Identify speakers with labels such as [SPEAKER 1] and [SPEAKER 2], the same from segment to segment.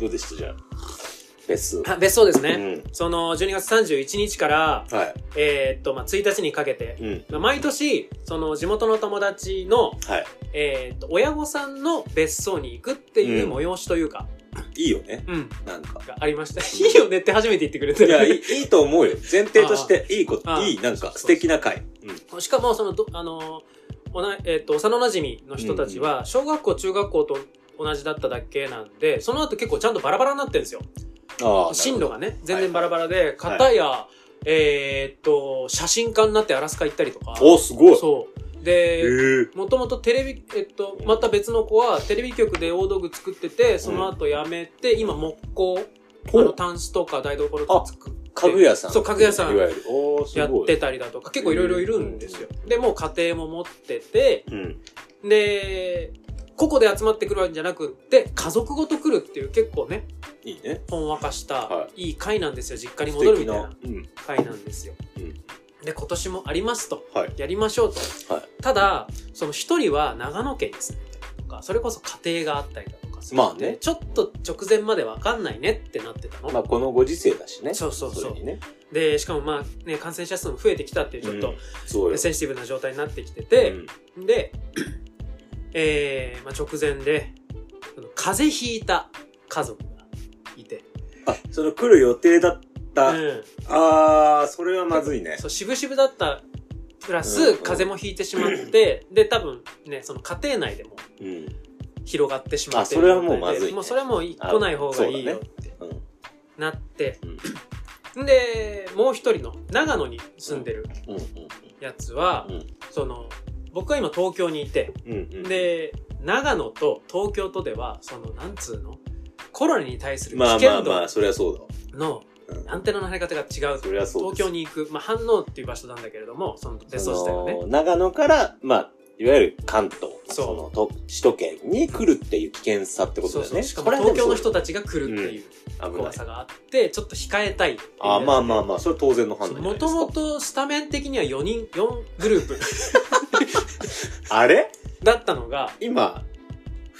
[SPEAKER 1] どうでしたじゃあ。別荘。
[SPEAKER 2] あ別荘ですね、
[SPEAKER 1] うん
[SPEAKER 2] その12月31日から、
[SPEAKER 1] はい。
[SPEAKER 2] えーっとまあ、1日にかけて、
[SPEAKER 1] うん。
[SPEAKER 2] まあ毎年その地元の友達の、
[SPEAKER 1] はい。
[SPEAKER 2] えーっと親御さんの別荘に行くっていう
[SPEAKER 1] うん
[SPEAKER 2] 催しというか、
[SPEAKER 1] いいよね。
[SPEAKER 2] うん
[SPEAKER 1] なん か。
[SPEAKER 2] がありましたいいよねって初めて言ってくれて
[SPEAKER 1] いや、いい、いいと思うよ。前提として、いいこ
[SPEAKER 2] あ
[SPEAKER 1] と、
[SPEAKER 2] ー
[SPEAKER 1] いい、なんか、
[SPEAKER 2] そう
[SPEAKER 1] 素
[SPEAKER 2] そう
[SPEAKER 1] 敵な回。うん。
[SPEAKER 2] しかもそのどあのおな、えーっと幼馴染の人たちは小学校中学校と同じだっただけなんでその後結構ちゃんとバラバラになってるんですよ
[SPEAKER 1] ああ。
[SPEAKER 2] 進路
[SPEAKER 1] が。
[SPEAKER 2] がね全然バラバラで、片や、えーっと写真家になってアラスカ行ったりとか
[SPEAKER 1] お、すごい。
[SPEAKER 2] そう
[SPEAKER 1] へ
[SPEAKER 2] で
[SPEAKER 1] え。
[SPEAKER 2] もともとテレビ、えっと、また別の子はテレビ局で大道具作っててその後辞めて、今木工あの
[SPEAKER 1] ほ
[SPEAKER 2] タンスとか台所と
[SPEAKER 1] あ
[SPEAKER 2] か作っ、
[SPEAKER 1] 家具屋さん。
[SPEAKER 2] そう家具屋さん
[SPEAKER 1] いわゆる。おー、す
[SPEAKER 2] やっ
[SPEAKER 1] ごい。
[SPEAKER 2] てたりだとか結構いろいろいるんですよ、でもう家庭も持ってて
[SPEAKER 1] うん。
[SPEAKER 2] で個々で集まってくるわけじゃなくって家族ごと来るっていう結構ね
[SPEAKER 1] いいね。
[SPEAKER 2] ほんわかした、、
[SPEAKER 1] はい
[SPEAKER 2] い会なんですよ実家に
[SPEAKER 1] 素
[SPEAKER 2] 戻るみ
[SPEAKER 1] 敵
[SPEAKER 2] たいな
[SPEAKER 1] な。うん。
[SPEAKER 2] 会なんですよ、
[SPEAKER 1] うん
[SPEAKER 2] で今年もありますと、
[SPEAKER 1] はい
[SPEAKER 2] やりましょうと、
[SPEAKER 1] はい
[SPEAKER 2] ただその一人は長野県に住んでたりとかそれこそ家庭があったりだとかするので
[SPEAKER 1] まあね
[SPEAKER 2] ちょっと直前まで分かんないねってなってたの、
[SPEAKER 1] まあ、このご時世だしね。
[SPEAKER 2] そうそうそう
[SPEAKER 1] れにね。
[SPEAKER 2] でしかもまあね感染者数も増えてきたっていうちょっと、
[SPEAKER 1] そうよ。
[SPEAKER 2] センシティブな状態になってきてて、で、えーまあ、直前でその風邪ひいた家族がいて、
[SPEAKER 1] あ、その来る予定だった。
[SPEAKER 2] うん
[SPEAKER 1] あー、それはまずいね。
[SPEAKER 2] そう渋々だったプラス、
[SPEAKER 1] うんうん
[SPEAKER 2] 風邪もひいてしまってで多分ねその家庭内でも
[SPEAKER 1] うん。
[SPEAKER 2] 広がってしまっ
[SPEAKER 1] あ
[SPEAKER 2] て
[SPEAKER 1] それはもうまずいね
[SPEAKER 2] 状態でもうそれはもう来ない方がいいよって
[SPEAKER 1] うん。
[SPEAKER 2] なって、でもう一人の長野に住んでる
[SPEAKER 1] うん。
[SPEAKER 2] やつは、
[SPEAKER 1] うん
[SPEAKER 2] その僕は今東京にいて
[SPEAKER 1] うん。うん。うん、
[SPEAKER 2] で長野と東京とではそのなんつうのコロナに対する危
[SPEAKER 1] まあまあ
[SPEAKER 2] 険度
[SPEAKER 1] まあ、そりゃそう
[SPEAKER 2] の
[SPEAKER 1] だわ。うん
[SPEAKER 2] アンテナの張り方が違う
[SPEAKER 1] そりゃそう
[SPEAKER 2] 東
[SPEAKER 1] です
[SPEAKER 2] 京に行く、まあ、反応っていう場所なんだけれどもその別荘自体はね
[SPEAKER 1] あのー長野から、まあ、いわゆる関東、
[SPEAKER 2] そう
[SPEAKER 1] のと首都圏に来るっていう危険さってことだよね。
[SPEAKER 2] しか
[SPEAKER 1] こ
[SPEAKER 2] も
[SPEAKER 1] れは
[SPEAKER 2] 東京の
[SPEAKER 1] で
[SPEAKER 2] 人たちが来るっていう
[SPEAKER 1] も危な
[SPEAKER 2] 怖
[SPEAKER 1] い。
[SPEAKER 2] さがあってちょっと控えたいっていう
[SPEAKER 1] あまあまあまあ、それは当然の判断じゃな
[SPEAKER 2] も
[SPEAKER 1] いです
[SPEAKER 2] と
[SPEAKER 1] か。
[SPEAKER 2] もとスタメン的には4人4グループ
[SPEAKER 1] あれ
[SPEAKER 2] だった のが。
[SPEAKER 1] 今、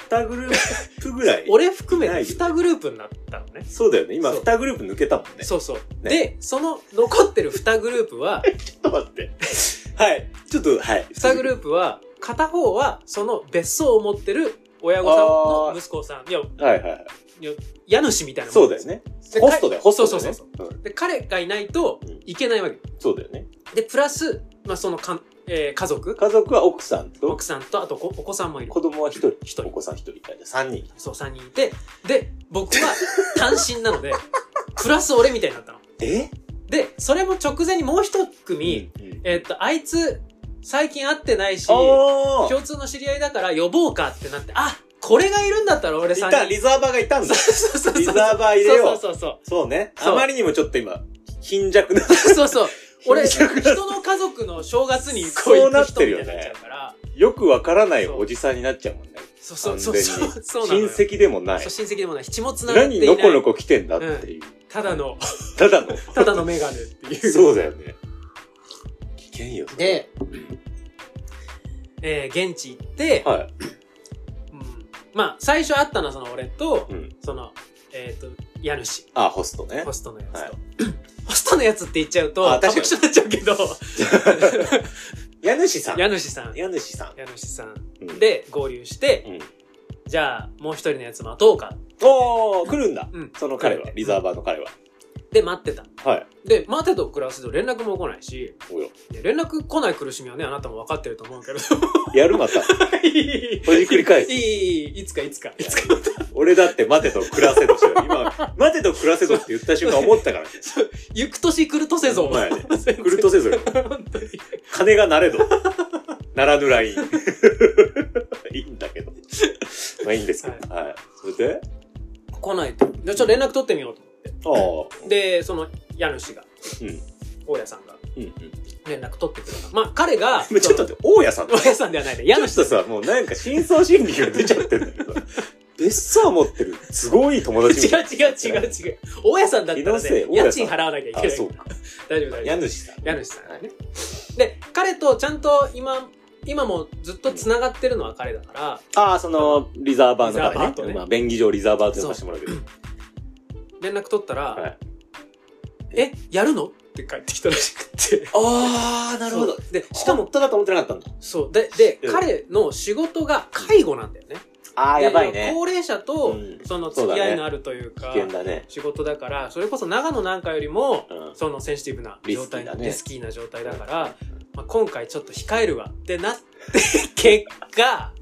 [SPEAKER 1] 二グループぐらい
[SPEAKER 2] 俺含め
[SPEAKER 1] ない
[SPEAKER 2] て
[SPEAKER 1] よ
[SPEAKER 2] 2グループになったのね
[SPEAKER 1] そうだよね。今、
[SPEAKER 2] そう
[SPEAKER 1] 二グループ抜けたもんね。ちょ
[SPEAKER 2] そうそう、
[SPEAKER 1] ね
[SPEAKER 2] でその残ってる2グルー プは
[SPEAKER 1] っと待って。はい。ちょっと、はい。
[SPEAKER 2] 2グル
[SPEAKER 1] ー
[SPEAKER 2] ープは片方はその別荘を持ってる親御さんの息子さんいや
[SPEAKER 1] プ。はいはいはい。
[SPEAKER 2] 家主みたいなもん
[SPEAKER 1] そうだよね。ホストだよ、ホストだよ、ね。
[SPEAKER 2] そう
[SPEAKER 1] そうそう。
[SPEAKER 2] で彼がいないといけないわけ
[SPEAKER 1] そうだよね。
[SPEAKER 2] でプラス、まあ、そのかん、えー家族
[SPEAKER 1] 家族は奥さんと
[SPEAKER 2] 奥、さんとあとおお子さんもいる
[SPEAKER 1] 子供は一人、
[SPEAKER 2] 一人
[SPEAKER 1] お子さん一人、三人。
[SPEAKER 2] そう3人いてで僕は単身なの でプラス俺みたいになったの
[SPEAKER 1] え
[SPEAKER 2] でそれも直前にもう一組、
[SPEAKER 1] うんうん
[SPEAKER 2] えっとあいつ最近会ってないし共
[SPEAKER 1] あー
[SPEAKER 2] 通の知り合いだから呼ぼうかってなってあこれがいるんだったら俺
[SPEAKER 1] い
[SPEAKER 2] 3
[SPEAKER 1] た、
[SPEAKER 2] 人
[SPEAKER 1] リザーバーがいたんだ。
[SPEAKER 2] そうそうそう
[SPEAKER 1] リ
[SPEAKER 2] そ
[SPEAKER 1] ザ
[SPEAKER 2] う
[SPEAKER 1] ーバー入れよう。
[SPEAKER 2] そうそうそう
[SPEAKER 1] そうね。
[SPEAKER 2] そ
[SPEAKER 1] あ
[SPEAKER 2] う
[SPEAKER 1] まりにもちょっと今、貧弱な。
[SPEAKER 2] そ うそう 俺
[SPEAKER 1] 貧
[SPEAKER 2] 人
[SPEAKER 1] 弱な
[SPEAKER 2] の家族の正月にこう
[SPEAKER 1] そうな
[SPEAKER 2] 行
[SPEAKER 1] っ
[SPEAKER 2] く
[SPEAKER 1] て
[SPEAKER 2] 人
[SPEAKER 1] る
[SPEAKER 2] み
[SPEAKER 1] よ
[SPEAKER 2] たい
[SPEAKER 1] ね
[SPEAKER 2] になっちゃうから
[SPEAKER 1] よくわからないおじさんになっちゃうもんね。
[SPEAKER 2] そうそうそうそうそうなの
[SPEAKER 1] 親
[SPEAKER 2] よ
[SPEAKER 1] 戚でもない
[SPEAKER 2] そう。親戚でもない血もつながってい
[SPEAKER 1] 何
[SPEAKER 2] な
[SPEAKER 1] の
[SPEAKER 2] い
[SPEAKER 1] このこ来てんだっていう。
[SPEAKER 2] ただの
[SPEAKER 1] ただの。
[SPEAKER 2] ただのメガネっていう
[SPEAKER 1] そうだよね。危険よ。
[SPEAKER 2] で、えー現地行って、
[SPEAKER 1] はい。
[SPEAKER 2] うんまあ最初会ったのはその俺と、
[SPEAKER 1] うん。
[SPEAKER 2] そのえっ、と家主
[SPEAKER 1] あ、ホストね
[SPEAKER 2] ホ。ストのやつと、
[SPEAKER 1] はい
[SPEAKER 2] ホストのやつって言っちゃうと
[SPEAKER 1] あ
[SPEAKER 2] 多
[SPEAKER 1] 確か
[SPEAKER 2] 目
[SPEAKER 1] に
[SPEAKER 2] 所になっちゃうけど
[SPEAKER 1] 家主さん。
[SPEAKER 2] 家主さん
[SPEAKER 1] 家主さん。
[SPEAKER 2] 家主さん
[SPEAKER 1] うん、
[SPEAKER 2] で合流して、
[SPEAKER 1] うん。
[SPEAKER 2] じゃあもう一人のやつ待とうか
[SPEAKER 1] おー、来るんだ。
[SPEAKER 2] うん
[SPEAKER 1] その彼は
[SPEAKER 2] 来る、ね
[SPEAKER 1] リザーバーの彼は。
[SPEAKER 2] で待ってた
[SPEAKER 1] はい。
[SPEAKER 2] で待てと暮らすと連絡も来ないし
[SPEAKER 1] およ。
[SPEAKER 2] で連絡来ない苦しみはねあなたも分かってると思うけど
[SPEAKER 1] やるまた。
[SPEAKER 2] いいいい
[SPEAKER 1] ほじくり返す
[SPEAKER 2] いいいいいつかいつかいつか
[SPEAKER 1] 俺だって待てと暮らせとしてる今、待てと暮らせとって言った瞬間思ったからね。
[SPEAKER 2] 行く年来るとせぞ。
[SPEAKER 1] はい
[SPEAKER 2] 来
[SPEAKER 1] 来るとせぞよ。
[SPEAKER 2] 本当に。
[SPEAKER 1] 金がなれど。ならぬライン。 いいんだけど。まあいいんですけど。はい。それで
[SPEAKER 2] 来ないと。じゃあちょっと連絡取ってみようと思っ
[SPEAKER 1] ああ。
[SPEAKER 2] て。で、その家主が、
[SPEAKER 1] うん。
[SPEAKER 2] 大家さんが
[SPEAKER 1] うんうん。
[SPEAKER 2] 連絡取ってくれた。まあ彼が、
[SPEAKER 1] ちょっと待って、大家さん
[SPEAKER 2] 大家さんではないね。家
[SPEAKER 1] 家
[SPEAKER 2] 主
[SPEAKER 1] 主とさ、もうなんか真相心理が出ちゃってるんだけど。別荘持ってる、すごい友達
[SPEAKER 2] 違
[SPEAKER 1] みた
[SPEAKER 2] う
[SPEAKER 1] い
[SPEAKER 2] 違う違う違う。大家さんだったら
[SPEAKER 1] 気のせ
[SPEAKER 2] ね
[SPEAKER 1] い、大
[SPEAKER 2] 家
[SPEAKER 1] 家さん
[SPEAKER 2] 賃払わなきゃいけない。
[SPEAKER 1] あ、そうか。
[SPEAKER 2] 大丈夫大丈
[SPEAKER 1] 家
[SPEAKER 2] 夫。
[SPEAKER 1] 主さん。
[SPEAKER 2] 家主さんが
[SPEAKER 1] はい
[SPEAKER 2] ね。で、彼とちゃんと今、今もずっと繋がってるのは彼だから、
[SPEAKER 1] ああ、その、リザーバーの
[SPEAKER 2] リザーバー
[SPEAKER 1] 方
[SPEAKER 2] とね
[SPEAKER 1] ね。まあ、便宜上リザーバーと呼ばせてもらうけど。
[SPEAKER 2] 連絡取ったら、
[SPEAKER 1] はい
[SPEAKER 2] え、やるのって帰ってきたらしくて。
[SPEAKER 1] ああ、なるほど。
[SPEAKER 2] そう。で、し
[SPEAKER 1] し
[SPEAKER 2] か
[SPEAKER 1] か
[SPEAKER 2] も、
[SPEAKER 1] も、ただと思ってなかったんだ。
[SPEAKER 2] そう。で、で、
[SPEAKER 1] うん
[SPEAKER 2] 彼の仕事が介護なんだよね。
[SPEAKER 1] ああ、
[SPEAKER 2] で
[SPEAKER 1] やばいね。
[SPEAKER 2] 高齢者
[SPEAKER 1] う
[SPEAKER 2] と
[SPEAKER 1] ん、
[SPEAKER 2] その、
[SPEAKER 1] そう
[SPEAKER 2] 付
[SPEAKER 1] だ
[SPEAKER 2] き
[SPEAKER 1] ね
[SPEAKER 2] 合いのあるという
[SPEAKER 1] 危
[SPEAKER 2] か、
[SPEAKER 1] 険だね。
[SPEAKER 2] 仕事だから、それこそ長野なんかよりも、
[SPEAKER 1] うん。
[SPEAKER 2] そのセンシティブな
[SPEAKER 1] リ
[SPEAKER 2] 状態、
[SPEAKER 1] スキーだね
[SPEAKER 2] リスキーな状態だから、まあ、今回ちょっと控えるわってなって、結 果、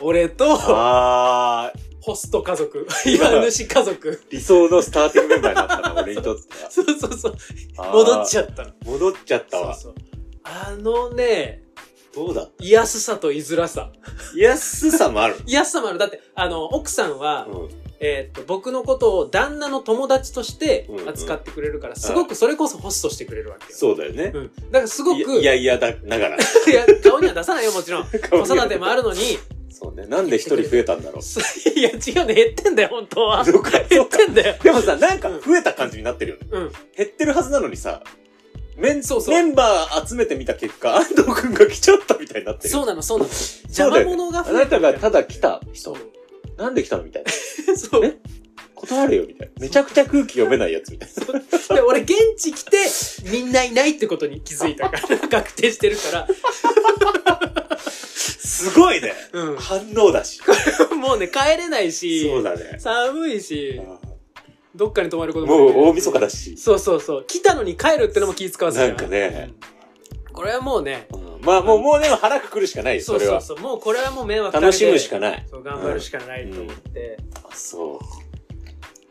[SPEAKER 2] 俺と、
[SPEAKER 1] ああ、
[SPEAKER 2] ホスト家族、家主家族、
[SPEAKER 1] 理想のスターティングメンバーになったな、俺にとっては。
[SPEAKER 2] そうそうそう、
[SPEAKER 1] あー
[SPEAKER 2] 戻っちゃったの。
[SPEAKER 1] 戻っちゃった
[SPEAKER 2] そう
[SPEAKER 1] わ。
[SPEAKER 2] そう。あのね、
[SPEAKER 1] どうだ
[SPEAKER 2] いやすさといづらさ。
[SPEAKER 1] 安さもある。
[SPEAKER 2] いやすさもある。だって、あの、奥さんは、
[SPEAKER 1] う
[SPEAKER 2] えーっと、僕のことを旦那の友達として
[SPEAKER 1] うんうん
[SPEAKER 2] 扱ってくれるから、すごくそれこそホストしてくれるわけ
[SPEAKER 1] ん。
[SPEAKER 2] よ。
[SPEAKER 1] そうだよね。
[SPEAKER 2] うん。だからすごく、
[SPEAKER 1] いやいやだ、な がら。
[SPEAKER 2] いや顔には出さないよ、もちろ ん。子育てもあるのに、
[SPEAKER 1] そうね。なんで一人増えたんだろう。
[SPEAKER 2] す いや、違うね、減ってんだよ、本当 は。
[SPEAKER 1] そうか
[SPEAKER 2] 減ってんだよ。
[SPEAKER 1] でもさ、なんか増えた感じになってるよね。
[SPEAKER 2] うん。
[SPEAKER 1] 減ってるはずなのにさ、メン、
[SPEAKER 2] そうそう
[SPEAKER 1] メンバー集めてみた結果、安藤くんが来ちゃったみたいになってる。
[SPEAKER 2] そうなの、そうなの。
[SPEAKER 1] そ
[SPEAKER 2] 邪
[SPEAKER 1] うだ
[SPEAKER 2] 魔
[SPEAKER 1] よね
[SPEAKER 2] 者が
[SPEAKER 1] あ
[SPEAKER 2] 増え
[SPEAKER 1] な
[SPEAKER 2] て
[SPEAKER 1] た
[SPEAKER 2] るみい
[SPEAKER 1] がただ来た
[SPEAKER 2] そう
[SPEAKER 1] 人、。なんで来たのみたいな。
[SPEAKER 2] そう。
[SPEAKER 1] え断れよ、みたいな。めちゃくちゃ空気読めないやつみたいな。
[SPEAKER 2] で俺現地来てみんないないってことに気づいたから 確定してるか
[SPEAKER 1] すごいね。
[SPEAKER 2] ら、う
[SPEAKER 1] 反応だし。
[SPEAKER 2] ん、もうね帰れないし
[SPEAKER 1] そうだね。
[SPEAKER 2] 寒いし
[SPEAKER 1] あ
[SPEAKER 2] どっかに泊まるこ
[SPEAKER 1] ー
[SPEAKER 2] と
[SPEAKER 1] も
[SPEAKER 2] できないう
[SPEAKER 1] 大晦日だし。
[SPEAKER 2] そうそうそう来たのに帰るってのも気使わせ
[SPEAKER 1] なんかね、
[SPEAKER 2] うんこれはもうね
[SPEAKER 1] うんまあもう、もうでも腹くくるしかないよ、
[SPEAKER 2] そ
[SPEAKER 1] そうれ
[SPEAKER 2] そう
[SPEAKER 1] は。
[SPEAKER 2] そうもうこれはもう迷惑かけて
[SPEAKER 1] 楽しむしかない。
[SPEAKER 2] そう頑張るしかないと思って、
[SPEAKER 1] あ、そう。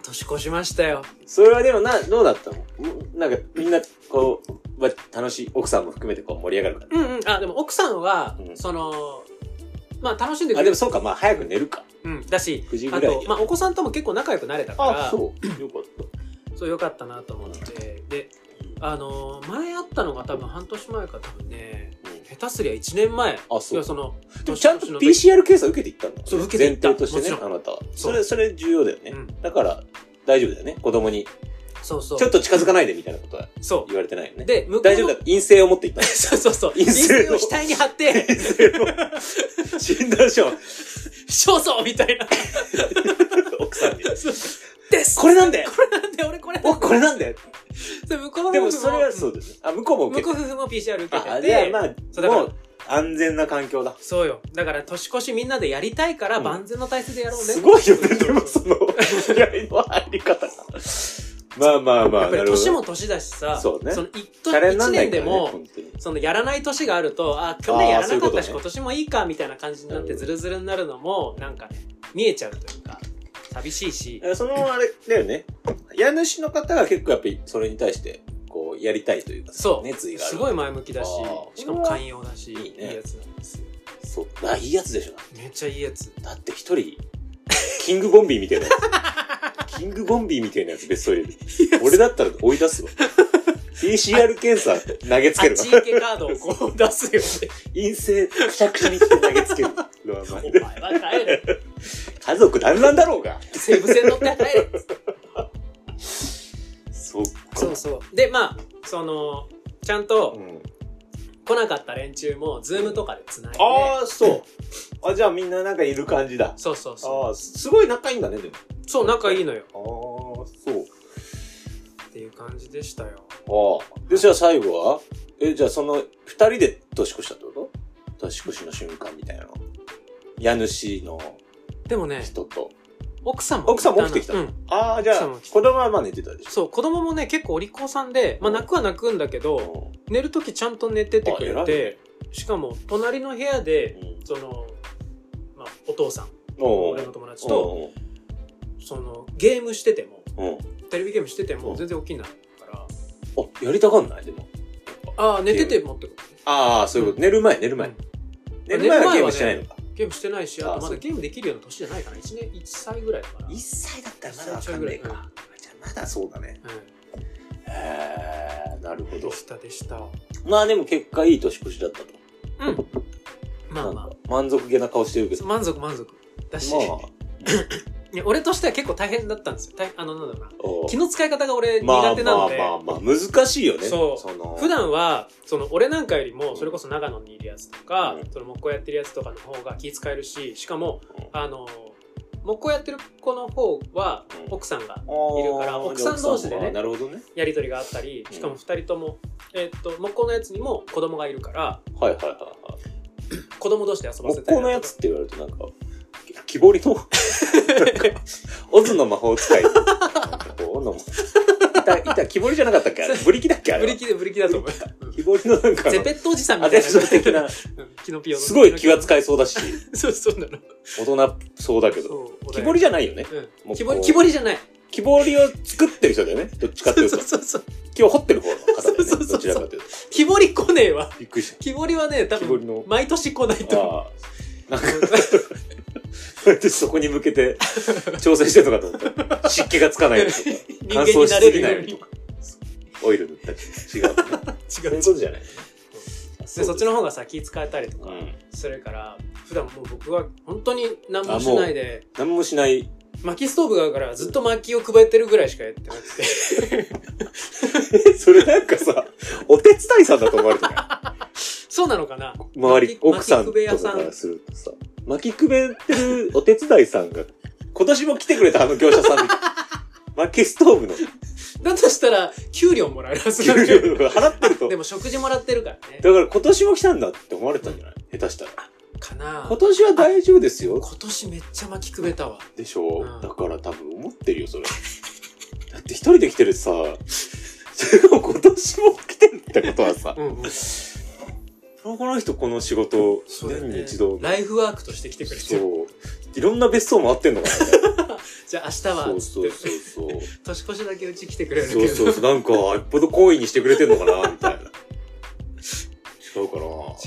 [SPEAKER 2] 年越しましたよ
[SPEAKER 1] それはでもな、どうだったのんなんかみんな、こう、ま楽しい、奥さんも含めてこう盛り上がるか
[SPEAKER 2] うんうんあでも奥さんは、
[SPEAKER 1] うん
[SPEAKER 2] そのまあ楽しんで
[SPEAKER 1] ら。
[SPEAKER 2] く
[SPEAKER 1] あ、
[SPEAKER 2] れ
[SPEAKER 1] で
[SPEAKER 2] る
[SPEAKER 1] もそうか、まあ早く寝るか。
[SPEAKER 2] うん、だし
[SPEAKER 1] 9時ぐ
[SPEAKER 2] あ
[SPEAKER 1] らい
[SPEAKER 2] と
[SPEAKER 1] に、。
[SPEAKER 2] まあ、お子さんとも結構仲良くなれたから
[SPEAKER 1] あ、そう。よかった。
[SPEAKER 2] そう良かったなと思ってであのー前あったのが多分半年前か多分ね
[SPEAKER 1] うん
[SPEAKER 2] 下手すりゃ1年前
[SPEAKER 1] あ、
[SPEAKER 2] い
[SPEAKER 1] そ
[SPEAKER 2] や
[SPEAKER 1] う。
[SPEAKER 2] その
[SPEAKER 1] でもちゃんと
[SPEAKER 2] 年越し
[SPEAKER 1] PCR 検査受けていったんだ、ね。
[SPEAKER 2] そう受けていった
[SPEAKER 1] 前提として
[SPEAKER 2] もち
[SPEAKER 1] ね、
[SPEAKER 2] ろ
[SPEAKER 1] あなたは。
[SPEAKER 2] そ
[SPEAKER 1] そうれ、それ重要だよね。
[SPEAKER 2] の時
[SPEAKER 1] だから、大丈夫だよね。子供に、
[SPEAKER 2] うんそうそう
[SPEAKER 1] ちょっと近づかないでみたいなことは
[SPEAKER 2] そ
[SPEAKER 1] 言われてないよ
[SPEAKER 2] う
[SPEAKER 1] ね。
[SPEAKER 2] で向こうの。
[SPEAKER 1] 大丈夫だ。陰性を持っていった
[SPEAKER 2] そうそうそう陰
[SPEAKER 1] 陰性
[SPEAKER 2] 性
[SPEAKER 1] の
[SPEAKER 2] を額に貼って
[SPEAKER 1] 陰性 を診断書を
[SPEAKER 2] 勝訴みたいな
[SPEAKER 1] 奥さんに。
[SPEAKER 2] です
[SPEAKER 1] これなんで
[SPEAKER 2] これなんで俺これ
[SPEAKER 1] 僕これなんで
[SPEAKER 2] そう向こうの
[SPEAKER 1] でもそれはそううですね。あ、向こうも
[SPEAKER 2] ん
[SPEAKER 1] 受
[SPEAKER 2] 向
[SPEAKER 1] け
[SPEAKER 2] こう
[SPEAKER 1] て。
[SPEAKER 2] 夫婦も PCR 受け
[SPEAKER 1] あ、
[SPEAKER 2] て
[SPEAKER 1] じゃあ
[SPEAKER 2] て
[SPEAKER 1] ま
[SPEAKER 2] そ
[SPEAKER 1] あ、
[SPEAKER 2] うだから
[SPEAKER 1] もう安全な環境だ。
[SPEAKER 2] そうよだから年越しみんなでやりたいから
[SPEAKER 1] うん
[SPEAKER 2] 万全の体制でやろうね
[SPEAKER 1] すごいよね、
[SPEAKER 2] そうそう
[SPEAKER 1] でもそ の、気合の入り方が。まあまあま
[SPEAKER 2] や
[SPEAKER 1] あ、
[SPEAKER 2] っぱ
[SPEAKER 1] なる
[SPEAKER 2] り
[SPEAKER 1] ほ
[SPEAKER 2] 年
[SPEAKER 1] ど。
[SPEAKER 2] も年だしさ
[SPEAKER 1] そうね
[SPEAKER 2] の一
[SPEAKER 1] チャレン
[SPEAKER 2] 一
[SPEAKER 1] ないか
[SPEAKER 2] 年で
[SPEAKER 1] らね、
[SPEAKER 2] も
[SPEAKER 1] 本当に。
[SPEAKER 2] そのやらない年があるとあ去年やら
[SPEAKER 1] あーそうい
[SPEAKER 2] なかったし
[SPEAKER 1] うことね
[SPEAKER 2] 今年もいいかみたいな感じになって
[SPEAKER 1] うん
[SPEAKER 2] ズルズルになるのもなんかね見えちゃうというか寂しいし
[SPEAKER 1] えそのあれだよね。家主の方が結構やっぱりそれに対して、こう、やりたいというか、
[SPEAKER 2] そう
[SPEAKER 1] 熱意があ
[SPEAKER 2] す
[SPEAKER 1] る。
[SPEAKER 2] ごい前向きだし
[SPEAKER 1] あー
[SPEAKER 2] しかも寛容だし
[SPEAKER 1] いい
[SPEAKER 2] いい
[SPEAKER 1] ね
[SPEAKER 2] やつなんですよ
[SPEAKER 1] そう。あ、いいやつでしょ。
[SPEAKER 2] めっちゃいいやつ
[SPEAKER 1] だって一人、キングボンビーみたいなや つ。キングボンビーみたいなやつ別荘入れる。俺だったら追い出すわ。PCR 検査投げつ
[SPEAKER 2] あ
[SPEAKER 1] け
[SPEAKER 2] っ
[SPEAKER 1] るわ
[SPEAKER 2] ち。行けカードをこう出すよね
[SPEAKER 1] 陰性、くしゃくしゃにして投げつけるのはまあ
[SPEAKER 2] お前は帰れ
[SPEAKER 1] 家族団らんだろうが。
[SPEAKER 2] 西武線乗って帰れ
[SPEAKER 1] そっか。
[SPEAKER 2] そうそうでまあそのちゃんと
[SPEAKER 1] ん、
[SPEAKER 2] 来なかった連中もズームとかでつないで
[SPEAKER 1] ああ、そう。あ、じゃあみんななんかいる感じだ。
[SPEAKER 2] そうそうそ
[SPEAKER 1] ああ、すごい仲いいんだね、でも。
[SPEAKER 2] うそう仲いいのよ
[SPEAKER 1] ああ、そう。
[SPEAKER 2] っていう感じでしたよ
[SPEAKER 1] ああ。で、じゃあ最後はえ、じゃあその、二人で年越したってこと年越しの瞬間みたいなの。家主の
[SPEAKER 2] でもね
[SPEAKER 1] 人と。
[SPEAKER 2] 奥さんも
[SPEAKER 1] 奥さんも起きてきた
[SPEAKER 2] う
[SPEAKER 1] の、
[SPEAKER 2] ん
[SPEAKER 1] ああ、じゃあ、
[SPEAKER 2] そう
[SPEAKER 1] 子供はまあ寝てたでしょ。
[SPEAKER 2] そう子供もね結構お利口さんで、まあ、
[SPEAKER 1] うん
[SPEAKER 2] 泣くは泣くんだけど寝る時ちゃんと寝ててくれ
[SPEAKER 1] あ偉い
[SPEAKER 2] てしかも隣の部屋で
[SPEAKER 1] うん。
[SPEAKER 2] その、まあ、お父さん
[SPEAKER 1] お
[SPEAKER 2] 俺の友達とそのゲームしてても
[SPEAKER 1] うん。うん。
[SPEAKER 2] テレビゲームしてて
[SPEAKER 1] う
[SPEAKER 2] も
[SPEAKER 1] ん
[SPEAKER 2] 全然起きないから
[SPEAKER 1] あ、やりたがんないでも。
[SPEAKER 2] ああ寝ててもってことね
[SPEAKER 1] ああ、そういうこと。寝る前、寝る前。
[SPEAKER 2] うん
[SPEAKER 1] 寝る前はゲームしてないのか。
[SPEAKER 2] ゲームしてないし
[SPEAKER 1] あ
[SPEAKER 2] あと
[SPEAKER 1] ー
[SPEAKER 2] ま
[SPEAKER 1] そ
[SPEAKER 2] だ
[SPEAKER 1] う
[SPEAKER 2] ゲームできるような年じゃないかな1年1歳ぐらいだから、うん
[SPEAKER 1] 一歳だったらまだわかんねえ
[SPEAKER 2] 一歳ぐらい
[SPEAKER 1] か。じゃあまだそうだね。へえ、なるほ
[SPEAKER 2] で
[SPEAKER 1] ど。
[SPEAKER 2] したでした
[SPEAKER 1] まあでも結果いい年越しだったと。
[SPEAKER 2] うんまあ
[SPEAKER 1] な
[SPEAKER 2] ま
[SPEAKER 1] んか満足げな顔してるけ
[SPEAKER 2] あ
[SPEAKER 1] ど。ま
[SPEAKER 2] 満足満足だし、
[SPEAKER 1] あ、
[SPEAKER 2] いや俺としては結構大変だったんですよ大あのなんだろうな
[SPEAKER 1] おう
[SPEAKER 2] 気の使い方が俺
[SPEAKER 1] まあ
[SPEAKER 2] 苦手なので、
[SPEAKER 1] まあまあまあ、難しいよね。
[SPEAKER 2] そう
[SPEAKER 1] の
[SPEAKER 2] 普段はその俺なんかよりもそれこそ長野にいるやつとか、
[SPEAKER 1] うん
[SPEAKER 2] その木工やってるやつとかの方が気使えるししかも
[SPEAKER 1] うん
[SPEAKER 2] あの木工やってる子の方は
[SPEAKER 1] うん
[SPEAKER 2] 奥さんが
[SPEAKER 1] い
[SPEAKER 2] いるから奥さん同士でね
[SPEAKER 1] なるほどね。
[SPEAKER 2] やり取りがあったりしかも2人とも、えーっと木工のやつにも子供がいるから
[SPEAKER 1] はいはいはいはい。
[SPEAKER 2] 子供同士で遊ばせ
[SPEAKER 1] 木
[SPEAKER 2] たり
[SPEAKER 1] 工のやつって言われるとなんか、木彫りの、 なんかオズの魔法使い。なんかこうオズの魔法板、板木彫りじゃなかったっけあれブリキだっけあ
[SPEAKER 2] ブ
[SPEAKER 1] れ
[SPEAKER 2] リ
[SPEAKER 1] は。
[SPEAKER 2] キでブリキだと思う
[SPEAKER 1] 木彫りのなんか、
[SPEAKER 2] ゼペットおじさん
[SPEAKER 1] ア
[SPEAKER 2] み
[SPEAKER 1] デ
[SPEAKER 2] たい
[SPEAKER 1] ッショ
[SPEAKER 2] な
[SPEAKER 1] ン的 な、
[SPEAKER 2] うんキノピオの
[SPEAKER 1] すごい気が使えそうだし、
[SPEAKER 2] そうそうなの
[SPEAKER 1] 大人そうだけど。
[SPEAKER 2] そう
[SPEAKER 1] 木彫りじゃないよね。
[SPEAKER 2] うん
[SPEAKER 1] 木
[SPEAKER 2] 木
[SPEAKER 1] 彫
[SPEAKER 2] 彫
[SPEAKER 1] り
[SPEAKER 2] り木彫りじゃない
[SPEAKER 1] 木彫りを作ってる人だよね。どっちかって
[SPEAKER 2] そ
[SPEAKER 1] いううと
[SPEAKER 2] そう。そうそう
[SPEAKER 1] 木を掘ってる方の方だ
[SPEAKER 2] そ
[SPEAKER 1] よ
[SPEAKER 2] うそうそう
[SPEAKER 1] ね。
[SPEAKER 2] そ
[SPEAKER 1] ど
[SPEAKER 2] う
[SPEAKER 1] ちらかというと。
[SPEAKER 2] 木彫り来ねえわ
[SPEAKER 1] びっくりし
[SPEAKER 2] 木彫りはね多
[SPEAKER 1] 木彫りの
[SPEAKER 2] 分毎年来ない
[SPEAKER 1] た。
[SPEAKER 2] と
[SPEAKER 1] ああ。なんか、私そこに向けて調整してるのかと思った。湿気がつかないようにとか。
[SPEAKER 2] 人
[SPEAKER 1] 乾
[SPEAKER 2] 間
[SPEAKER 1] 燥
[SPEAKER 2] に
[SPEAKER 1] し
[SPEAKER 2] な
[SPEAKER 1] す
[SPEAKER 2] れ
[SPEAKER 1] ぎ
[SPEAKER 2] る
[SPEAKER 1] ない
[SPEAKER 2] よ
[SPEAKER 1] よ
[SPEAKER 2] う
[SPEAKER 1] うに
[SPEAKER 2] に
[SPEAKER 1] とか。オイル塗ったり違う、ね。
[SPEAKER 2] 違
[SPEAKER 1] そうういう
[SPEAKER 2] 違う
[SPEAKER 1] ことじゃない。
[SPEAKER 2] でそっちの方がさ気使えたりと
[SPEAKER 1] う
[SPEAKER 2] か
[SPEAKER 1] ん。
[SPEAKER 2] するから普段もう僕は本当に何もしないで
[SPEAKER 1] 何もしない。
[SPEAKER 2] 薪ストーブがあるからずっと薪を配ってるぐらいしかやってなくて
[SPEAKER 1] それなんかさ、お手伝いさんだと思われてない。
[SPEAKER 2] そうなのかな
[SPEAKER 1] 周り
[SPEAKER 2] 薪、
[SPEAKER 1] 奥さん
[SPEAKER 2] 薪
[SPEAKER 1] と
[SPEAKER 2] くべ
[SPEAKER 1] か
[SPEAKER 2] 屋さ
[SPEAKER 1] か
[SPEAKER 2] ん
[SPEAKER 1] らするとさ、巻きくべってるお手伝いさんが、今年も来てくれたあの業者さんみたいな。 薪ストーブの
[SPEAKER 2] だとしたら給料もらえるはず
[SPEAKER 1] 給
[SPEAKER 2] なんだけど
[SPEAKER 1] 料を払ってると。
[SPEAKER 2] でも食事もらってるからね
[SPEAKER 1] だから今年も来たんだって思われてたんじゃない下手したら。
[SPEAKER 2] かな
[SPEAKER 1] 今年は大丈夫ですよ。
[SPEAKER 2] 今年めっちゃ巻きくべたわ
[SPEAKER 1] でしょ、
[SPEAKER 2] うん
[SPEAKER 1] だから多分思ってるよ、それ。 だって一人で来てるしさ、 それが今年も来てるってことはさ、
[SPEAKER 2] うんうん
[SPEAKER 1] この人この仕事、
[SPEAKER 2] そうだよ
[SPEAKER 1] 年
[SPEAKER 2] ね
[SPEAKER 1] に一度、
[SPEAKER 2] ライフワークとして来てくれて
[SPEAKER 1] そ
[SPEAKER 2] る
[SPEAKER 1] う、いろんな別荘回ってんの かな。
[SPEAKER 2] じゃあ明日は
[SPEAKER 1] そう
[SPEAKER 2] つっ
[SPEAKER 1] そう
[SPEAKER 2] て
[SPEAKER 1] そうそう。
[SPEAKER 2] 年越しだけうち来てくれるけ
[SPEAKER 1] そう
[SPEAKER 2] ど
[SPEAKER 1] そうそう、なんか、よっぽど好意にしてくれてんのかな、みたいな。違うか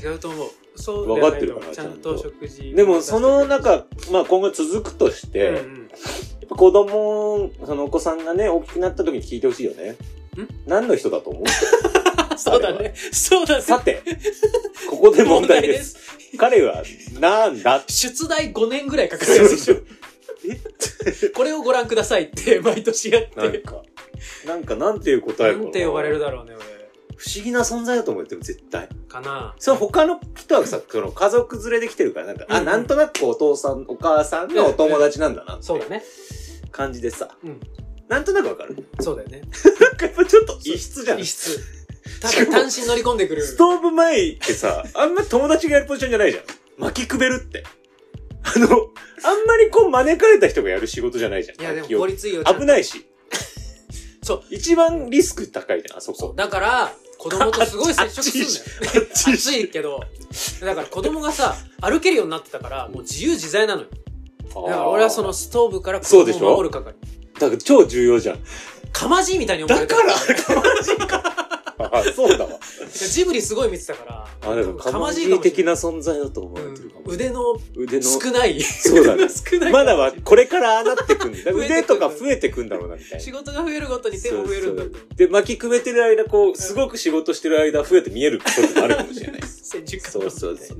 [SPEAKER 1] な。
[SPEAKER 2] 違うと思うそう
[SPEAKER 1] わかってるか
[SPEAKER 2] で
[SPEAKER 1] ら
[SPEAKER 2] はないと思うちゃん
[SPEAKER 1] ちゃん
[SPEAKER 2] と
[SPEAKER 1] と
[SPEAKER 2] 食事
[SPEAKER 1] でも、その中、まあ今後続くとして、
[SPEAKER 2] うんうん
[SPEAKER 1] やっぱ子供、そのお子さんがね、大きくなった時に聞いてほしいよね。何の人だと思う
[SPEAKER 2] そうだ ねそうだね
[SPEAKER 1] さて、ここで問 題です。
[SPEAKER 2] す
[SPEAKER 1] 彼は、なんだって
[SPEAKER 2] 出題5年ぐらいかかるやつでしょこれをご覧くださいって毎年やっ
[SPEAKER 1] なん
[SPEAKER 2] て
[SPEAKER 1] か、なんか、なんていう答え
[SPEAKER 2] な
[SPEAKER 1] かな。
[SPEAKER 2] んて呼ばれるだろうね
[SPEAKER 1] 不思議な存在だと思うよ、でも絶対。
[SPEAKER 2] 俺かな
[SPEAKER 1] その他の人はさ、その家族連れで来てるから、なんか、
[SPEAKER 2] うん
[SPEAKER 1] あ、なんとなくお父さん、お母さんのお友達なんだな、
[SPEAKER 2] そうだ。ね
[SPEAKER 1] 感じでさ、
[SPEAKER 2] うん
[SPEAKER 1] なんとなくわかる。
[SPEAKER 2] そうだよね
[SPEAKER 1] なんかやっぱちょっと異質じゃない
[SPEAKER 2] 異質ただ単身乗り込んでくる
[SPEAKER 1] ストーブ前ってさ、あんま友達がやるポジションじゃないじゃん。巻きくべるって。あの、あんまりこう招かれた人がやる仕事じゃないじゃん。
[SPEAKER 2] いやでも
[SPEAKER 1] 薪を
[SPEAKER 2] 効率いいよちゃんと
[SPEAKER 1] 危ないし。
[SPEAKER 2] そう。
[SPEAKER 1] 一番リスク高いじゃん、あそ
[SPEAKER 2] そう
[SPEAKER 1] こ。
[SPEAKER 2] だから子供とすごい接触するんだよ
[SPEAKER 1] あっちいし
[SPEAKER 2] 暑いけどだから子供がさ歩けるようになってたからもう自由自在なのよ
[SPEAKER 1] あー
[SPEAKER 2] だから俺はその、ストーブから子
[SPEAKER 1] そうでし
[SPEAKER 2] 供
[SPEAKER 1] ょ
[SPEAKER 2] を守る係
[SPEAKER 1] だから超重要じゃ ん。
[SPEAKER 2] かまじいみたいに思わ
[SPEAKER 1] だ
[SPEAKER 2] れて
[SPEAKER 1] から、マジか。あーそうだわ。
[SPEAKER 2] ジブリすごい見てたから
[SPEAKER 1] あ、でも、
[SPEAKER 2] 多分
[SPEAKER 1] かまじ
[SPEAKER 2] い
[SPEAKER 1] い
[SPEAKER 2] かもしれ
[SPEAKER 1] 的
[SPEAKER 2] ない
[SPEAKER 1] な存在だと思われてるかも
[SPEAKER 2] うん。腕の
[SPEAKER 1] 腕の、
[SPEAKER 2] 少ない
[SPEAKER 1] そうだね
[SPEAKER 2] 少ない
[SPEAKER 1] まだは、これからああなってくんだ。だから
[SPEAKER 2] 増え
[SPEAKER 1] 腕
[SPEAKER 2] てくる
[SPEAKER 1] とか増えてくんだろうな、みたいな
[SPEAKER 2] 仕。事が増えるごとに手も増えるんだと思う
[SPEAKER 1] で、巻きくべてる間、こう、すごく仕事してる間、増えて見えることもあるかもしれないです。
[SPEAKER 2] 千住
[SPEAKER 1] そうそうそう